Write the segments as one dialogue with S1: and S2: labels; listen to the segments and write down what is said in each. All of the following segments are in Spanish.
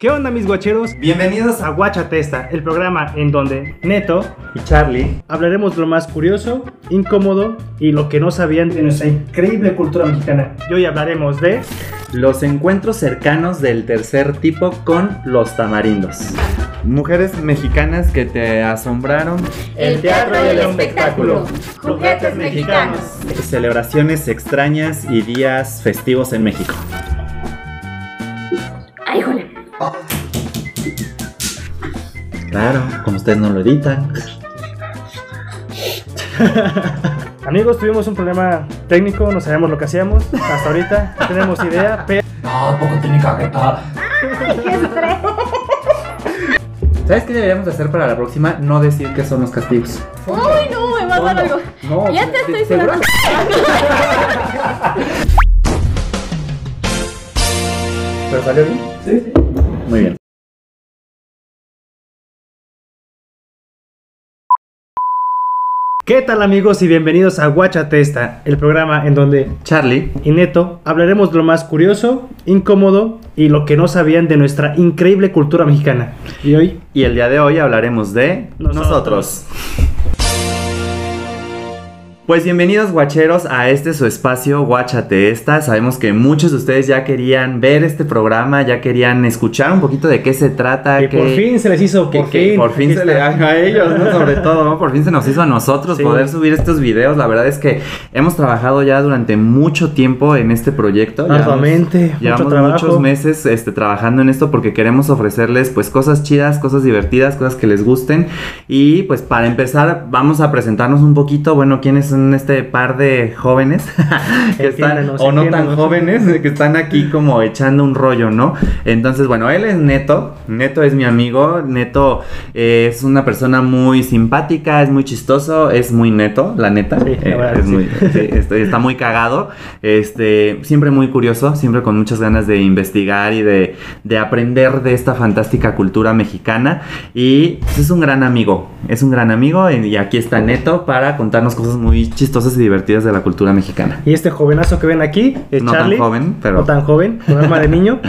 S1: ¿Qué onda mis guacheros?
S2: Bienvenidos
S1: a Guacha Testa, el programa en donde Neto y Charlie hablaremos lo más curioso, incómodo y lo que no sabían de nuestra increíble cultura mexicana. Y hoy hablaremos de...
S3: Los encuentros cercanos del tercer tipo con los tamarindos.
S2: Mujeres mexicanas que te asombraron.
S4: El teatro del espectáculo. Juguetes mexicanos.
S3: Celebraciones extrañas y días festivos en México.
S4: Ay, jole.
S3: Claro, como ustedes no lo editan.
S1: Amigos, tuvimos un problema técnico, no sabemos lo que hacíamos hasta ahorita, no tenemos idea, pero...
S2: No, poco tiene caqueta.
S4: ¡Qué estrés!
S3: ¿Sabes qué deberíamos hacer para la próxima? No decir qué son los castigos.
S4: ¡Uy, no! Me va a dar algo.
S3: No,
S4: Ya te estoy
S3: seguro.
S4: sonando.
S3: ¿Pero salió bien? Sí, sí. Muy bien.
S1: ¿Qué tal amigos y bienvenidos a Guacha Testa, el programa en donde
S3: Charlie,
S1: y Neto hablaremos lo más curioso, incómodo y lo que no sabían de nuestra increíble cultura mexicana. Y hoy...
S3: y el día de hoy hablaremos de
S1: Nosotros.
S3: nosotros. Pues bienvenidos guacheros a este su espacio Guachate Esta. Sabemos que muchos de ustedes ya querían ver este programa, ya querían escuchar un poquito de qué se trata.
S1: que
S3: qué-
S1: por fin se les hizo,
S3: Ah, que-
S1: por
S3: que
S1: fin.
S3: por fin
S1: aquí
S3: se le
S1: está.
S3: haga a ellos, ¿no? Sobre todo, ¿no? Por fin se nos hizo a nosotros
S1: Sí.
S3: poder subir estos videos. La verdad es que hemos trabajado ya durante mucho tiempo en este proyecto. Llevamos-
S1: Arduamente,
S3: Llevamos
S1: mucho trabajo.
S3: muchos meses este, trabajando en esto porque queremos ofrecerles pues cosas chidas, cosas divertidas, cosas que les gusten. Y pues para empezar vamos a presentarnos un poquito, bueno, quiénes son este par de jóvenes que están,
S1: Entiéndanos,
S3: o no tan
S1: entiéndanos.
S3: jóvenes, que están aquí como echando un rollo, ¿no? Entonces, bueno, él es Neto, Neto es mi amigo, Neto eh, es una persona muy simpática, es muy chistoso, es muy neto, la neta.
S1: Sí, la
S3: Eh,
S1: verdad,
S3: es
S1: sí.
S3: muy- sí, está- está muy cagado. Este, siempre muy curioso, siempre con muchas ganas de investigar y de, de aprender de esta fantástica cultura mexicana. Y pues, es un gran amigo, es un gran amigo. Y aquí está Neto para contarnos cosas muy chistosas y divertidas de la cultura mexicana.
S1: Y este jovenazo que ven aquí es
S3: no
S1: Eh, Charlie.
S3: tan joven, pero
S1: No tan joven, con alma de niño.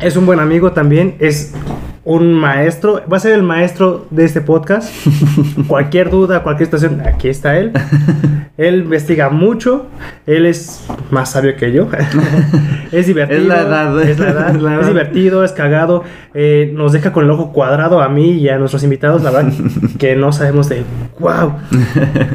S1: es un buen amigo también, es un maestro, va a ser el maestro de este podcast. Cualquier duda, cualquier situación, aquí está él. Él investiga mucho, él es más sabio que yo. es divertido.
S3: Es la edad.
S1: Es la edad,
S3: Es la edad.
S1: es divertido, es cagado. eh, nos deja con el ojo cuadrado a mí y a nuestros invitados, la verdad, que no sabemos de wow.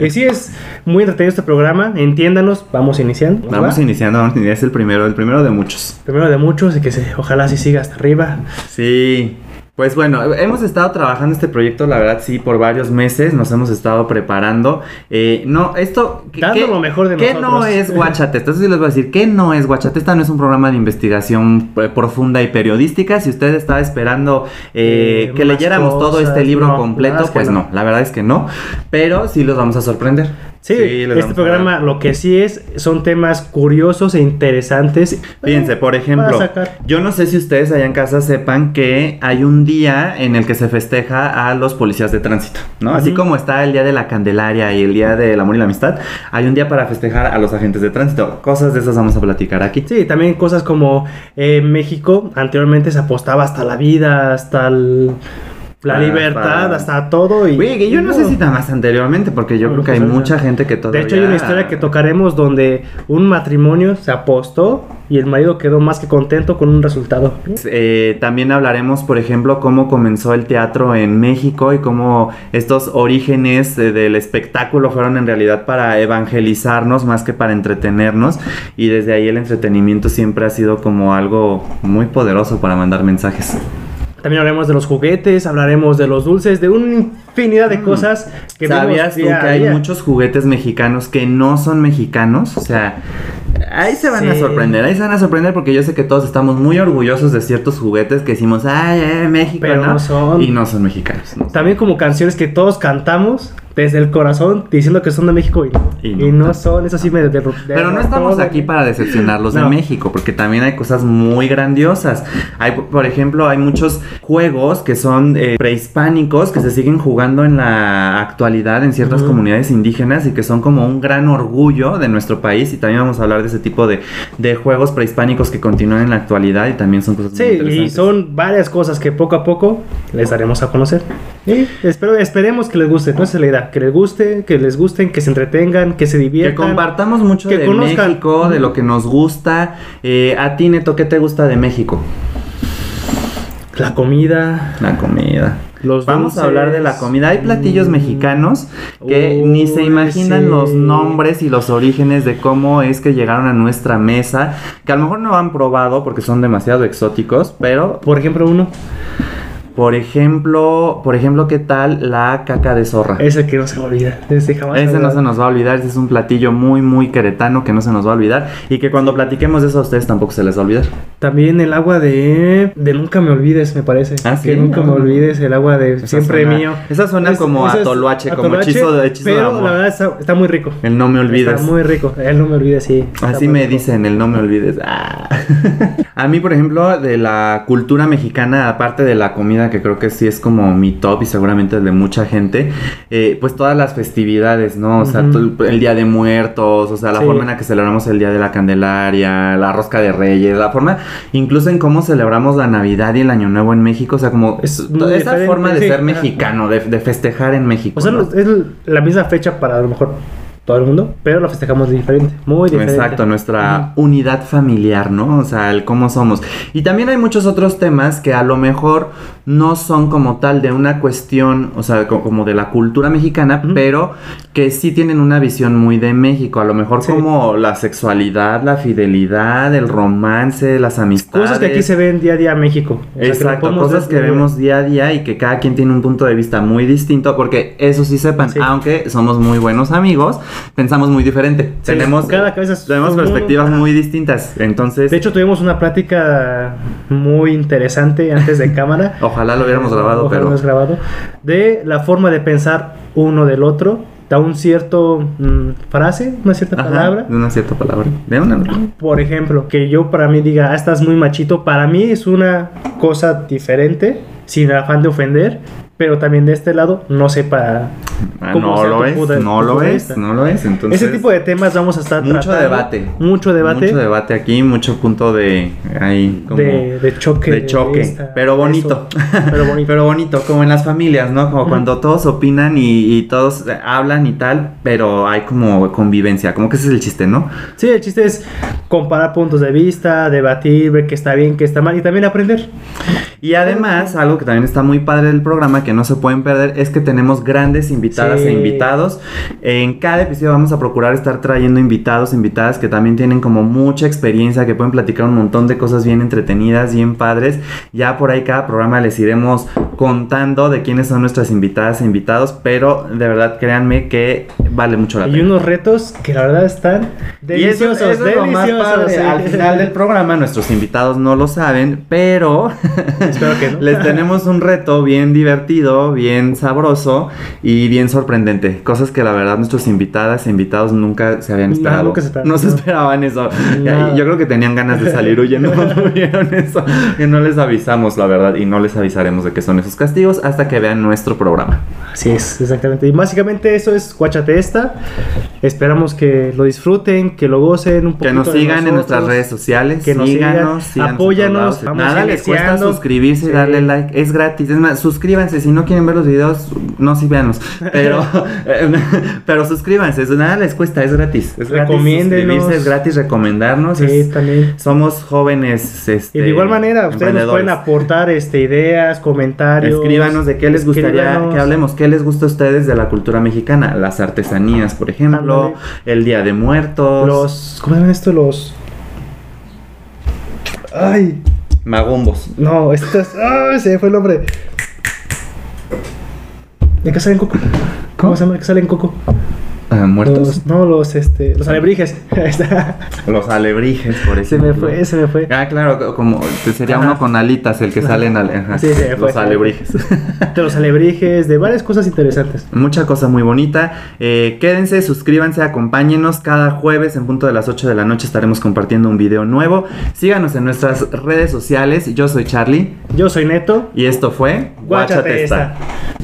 S1: Y sí es muy entretenido este programa, entiéndanos, vamos iniciando.
S3: vamos
S1: ¿va?
S3: iniciando, vamos a iniciar, es el primero, el primero de muchos.
S1: Primero de muchos y que se, ojalá sí siga hasta arriba.
S3: Sí. Pues bueno, hemos estado trabajando este proyecto, la verdad, sí, por varios meses. Nos hemos estado preparando. Eh, no, esto. ¿qué-
S1: Dando
S3: qué-
S1: lo mejor de
S3: ¿Qué
S1: nosotros?
S3: no es Guachatesta? Eso sí les voy a decir. ¿Qué no es Guachatesta? No es un programa de investigación eh, profunda y periodística. Si usted estaba esperando eh,
S1: Eh,
S3: que
S1: más
S3: leyéramos todo este
S1: cosas,
S3: libro
S1: no, la
S3: completo,
S1: verdad es
S3: pues
S1: que no.
S3: no. la verdad es que no. Pero sí los vamos a sorprender.
S1: Sí,
S3: les vamos
S1: este
S3: a
S1: programa
S3: dar.
S1: lo que sí es son temas curiosos e interesantes.
S3: Fíjense, por ejemplo,
S1: Para sacar.
S3: yo no sé si ustedes allá en casa sepan que hay un día en el que se festeja a los policías de tránsito, ¿no? Así
S1: Ujú.
S3: como está el día de la Candelaria y el día del amor y la amistad, hay un día para festejar a los agentes de tránsito. Cosas de esas vamos a platicar aquí.
S1: Sí, también cosas como eh, México anteriormente se apostaba hasta la vida, hasta el- la
S3: Ah,
S1: libertad,
S3: para-
S1: hasta todo. Y,
S3: Oye, que yo no sé si
S1: también
S3: nada más anteriormente, porque yo
S1: No,
S3: creo que
S1: pues
S3: hay
S1: ahorita.
S3: mucha gente que
S1: De
S3: todavía...
S1: hecho, hay una historia que tocaremos donde un matrimonio se apostó y el marido quedó más que contento con un resultado.
S3: Eh, también hablaremos, por ejemplo, cómo comenzó el teatro en México y cómo estos orígenes eh, del espectáculo fueron en realidad para evangelizarnos más que para entretenernos. Y desde ahí el entretenimiento siempre ha sido como algo muy poderoso para mandar mensajes.
S1: También hablaremos de los juguetes, hablaremos de los dulces, de una infinidad de
S3: Mm.
S1: cosas que vemos
S3: ¿Sabías tú que
S1: día a
S3: hay
S1: día.
S3: muchos juguetes mexicanos que no son mexicanos? O sea, ahí se van a
S1: Sí.
S3: sorprender, ahí se van a sorprender porque yo sé que todos estamos muy orgullosos de ciertos juguetes que decimos, ay, eh, México,
S1: Pero no son.
S3: Y no son mexicanos. no son.
S1: También como canciones que todos cantamos, desde el corazón diciendo que son de México y,
S3: Y
S1: y
S3: no.
S1: no. son. Eso sí me derru-
S3: Pero no estamos
S1: derrotó,
S3: aquí
S1: güey.
S3: para decepcionarlos de
S1: No.
S3: México, porque también hay cosas muy grandiosas. Hay, por ejemplo, hay muchos juegos que son eh, prehispánicos que se siguen jugando en la actualidad en ciertas
S1: Ujú.
S3: comunidades indígenas y que son como un gran orgullo de nuestro país. Y también vamos a hablar de ese tipo de, de juegos prehispánicos que continúan en la actualidad y también son cosas muy
S1: Sí, y
S3: interesantes.
S1: son varias cosas que poco a poco les daremos a conocer. Y espero, esperemos que les guste, no esa es la idea, que les guste, que les gusten, que se entretengan, que se
S3: Que
S1: diviertan.
S3: compartamos mucho
S1: que
S3: de
S1: conozcan.
S3: México, de lo que nos gusta. Eh, a ti, Neto, ¿qué te gusta de México?
S1: La comida,
S3: La comida.
S1: los
S3: Vamos a
S1: dulces.
S3: hablar de la comida. Hay platillos
S1: Mm.
S3: mexicanos que ni se
S1: Uy,
S3: imaginan
S1: sí.
S3: los nombres y los orígenes de cómo es que llegaron a nuestra mesa, que a lo mejor no han probado porque son demasiado exóticos, pero
S1: Por ejemplo, uno
S3: por ejemplo, por ejemplo, ¿qué tal la caca de zorra?
S1: es el que no se me olvida. Desde jamás.
S3: Ese no
S1: olvidar.
S3: se nos va a olvidar, ese es un platillo muy muy queretano que no se nos va a olvidar y que cuando platiquemos de eso a ustedes tampoco se les va a olvidar.
S1: También el agua de. De nunca me olvides, me parece.
S3: Ah, sí,
S1: Que nunca
S3: ah.
S1: me olvides, el agua de
S3: Esa
S1: siempre
S3: suena-
S1: mío.
S3: esa suena como
S1: es-
S3: atoloache, como
S1: atoloache,
S3: hechizo de- hechizo de
S1: Pero
S3: amor.
S1: la verdad está, está muy rico.
S3: El no me olvides.
S1: Está muy rico. Él no me olvida, sí. Está
S3: Así
S1: muy
S3: me
S1: rico.
S3: dicen, el no me olvides. Ah. A mí, por ejemplo, de la cultura mexicana, aparte de la comida, que creo que sí es como mi top y seguramente el de mucha gente, eh, pues todas las festividades, ¿no? O sea,
S1: Ujú.
S3: todo el- el Día de Muertos, o sea, la
S1: Sí.
S3: forma en la que celebramos el Día de la Candelaria, la Rosca de Reyes, la forma, incluso en cómo celebramos la Navidad y el Año Nuevo en México, o sea, como
S1: Es muy
S3: toda esa
S1: diferente,
S3: forma de
S1: sí,
S3: ser
S1: ajá.
S3: mexicano, de, de festejar en México.
S1: O sea,
S3: ¿no?
S1: es la misma fecha para a lo mejor todo el mundo, pero lo festejamos diferente. Muy diferente.
S3: Exacto, nuestra unidad familiar, ¿no? O sea, el cómo somos. Y también hay muchos otros temas que a lo mejor no son como tal de una cuestión, o sea, co- como de la cultura mexicana,
S1: Ujú.
S3: pero que sí tienen una visión muy de México. A lo mejor
S1: Sí.
S3: como la sexualidad, la fidelidad, el romance, las amistades.
S1: Cosas que aquí se ven día a día en México. O sea, que lo
S3: Exacto,
S1: podemos
S3: cosas que
S1: ver-
S3: vemos día a día y que cada quien tiene un punto de vista muy distinto, porque eso sí sepan,
S1: Sí.
S3: aunque somos muy buenos amigos, pensamos muy diferente.
S1: Sí,
S3: tenemos
S1: cada cabeza es
S3: tenemos
S1: un mundo.
S3: perspectivas muy distintas, entonces
S1: Pues, De hecho, tuvimos una plática muy interesante antes de cámara.
S3: ojalá lo hubiéramos grabado,
S1: Ojalá
S3: pero
S1: lo hayas grabado. De la forma de pensar uno del otro. Da un cierto mm, frase, una cierta
S3: Ajá,
S1: palabra. Ah,
S3: de una cierta palabra, de una
S1: Por ejemplo, que yo para mí diga, ah, estás muy machito, para mí es una cosa diferente, sin afán de ofender, pero también de este lado no sé para...
S3: Ah,
S1: ¿Cómo
S3: no
S1: ser
S3: lo
S1: tu
S3: es,
S1: puta-
S3: no
S1: tu
S3: lo
S1: puta
S3: es,
S1: esta?
S3: no lo es, entonces
S1: Ese tipo de temas vamos a estar
S3: mucho
S1: tratando.
S3: debate.
S1: Mucho debate.
S3: mucho debate aquí, mucho punto de ahí como
S1: de, de choque.
S3: de choque,
S1: esta-
S3: pero
S1: de
S3: bonito.
S1: eso, pero bonito.
S3: Pero bonito, como en las familias, ¿no? Como
S1: Ujú.
S3: cuando todos opinan y, y todos eh, hablan y tal, pero hay como convivencia, como que ese es el chiste, ¿no?
S1: Sí, el chiste es comparar puntos de vista, debatir, ver qué está bien, qué está mal y también aprender.
S3: Y además, algo que también está muy padre del programa, que no se pueden perder, es que tenemos grandes invitadas
S1: Sí.
S3: e invitados. En cada episodio vamos a procurar estar trayendo invitados, invitadas que también tienen como mucha experiencia, que pueden platicar un montón de cosas bien entretenidas, bien padres. Ya por ahí cada programa les iremos contando de quiénes son nuestras invitadas e invitados, pero de verdad créanme que vale mucho la pena.
S1: Y unos retos que la verdad están
S3: Y eso-
S1: deliciosos,
S3: eso es lo más
S1: deliciosos.
S3: padre.
S1: sí.
S3: Al final del programa, nuestros invitados no lo saben, pero
S1: Espero que no.
S3: les tenemos un reto bien divertido, bien sabroso y bien sorprendente. Cosas que la verdad nuestros invitadas e invitados nunca se habían
S1: No,
S3: esperado.
S1: nunca se esperaron,
S3: No se
S1: no.
S3: esperaban eso.
S1: Nada.
S3: Yo creo que tenían ganas de salir huyendo cuando vieron eso. Que no les avisamos, la verdad, y no les avisaremos de qué son esos castigos hasta que vean nuestro programa.
S1: Así es, exactamente. Y básicamente eso es Guachate Esta. Esperamos que lo disfruten, que lo gocen un poquito.
S3: Que nos
S1: de
S3: sigan en nuestras
S1: nosotros.
S3: redes sociales.
S1: que nos
S3: síganos,
S1: sigan,
S3: síganos en
S1: apóyanos,
S3: todos lados.
S1: vamos
S3: Nada les cuesta
S1: iniciando.
S3: suscribirse y
S1: Sí.
S3: darle like. Es gratis. Es más, suscríbanse. Si no quieren ver los videos, no sí véanlos. Pero, eh, pero suscríbanse. eso Nada les cuesta. Es gratis. Es gratis
S1: Recomiéndenos.
S3: suscribirse, Es gratis recomendarnos.
S1: Sí,
S3: es-
S1: también.
S3: somos jóvenes. Este,
S1: Y de igual manera, ustedes nos
S3: emprendedores.
S1: pueden aportar este, ideas, comentarios.
S3: Escríbanos de qué les gustaría
S1: escríbanos.
S3: que hablemos, qué les gusta a ustedes de la cultura mexicana, las artesanías, por ejemplo,
S1: Ándale.
S3: el Día de Muertos,
S1: Los. ¿Cómo se llaman esto? Los. Ay,
S3: magumbos.
S1: no, esto es. Ay, se me fue el nombre. ¿De qué salen coco? ¿Cómo se llama? ¿De qué salen coco?
S3: Ah, ¿Muertos?
S1: Los, no, los, este, los alebrijes. Ahí está.
S3: Los alebrijes, por eso.
S1: se me fue, se me fue.
S3: Ah, claro, co- como que sería
S1: Ajá.
S3: uno con alitas el que
S1: Ajá.
S3: salen al, ajá,
S1: Sí, sí, fue,
S3: los
S1: sí.
S3: alebrijes.
S1: De los alebrijes, de varias cosas interesantes.
S3: Mucha cosa muy bonita. Eh, quédense, suscríbanse, acompáñenos. Cada jueves en punto de las 8 de la noche estaremos compartiendo un video nuevo. Síganos en nuestras redes sociales. Yo soy Charlie
S1: Yo soy Neto.
S3: y esto fue
S1: Guáchate esta.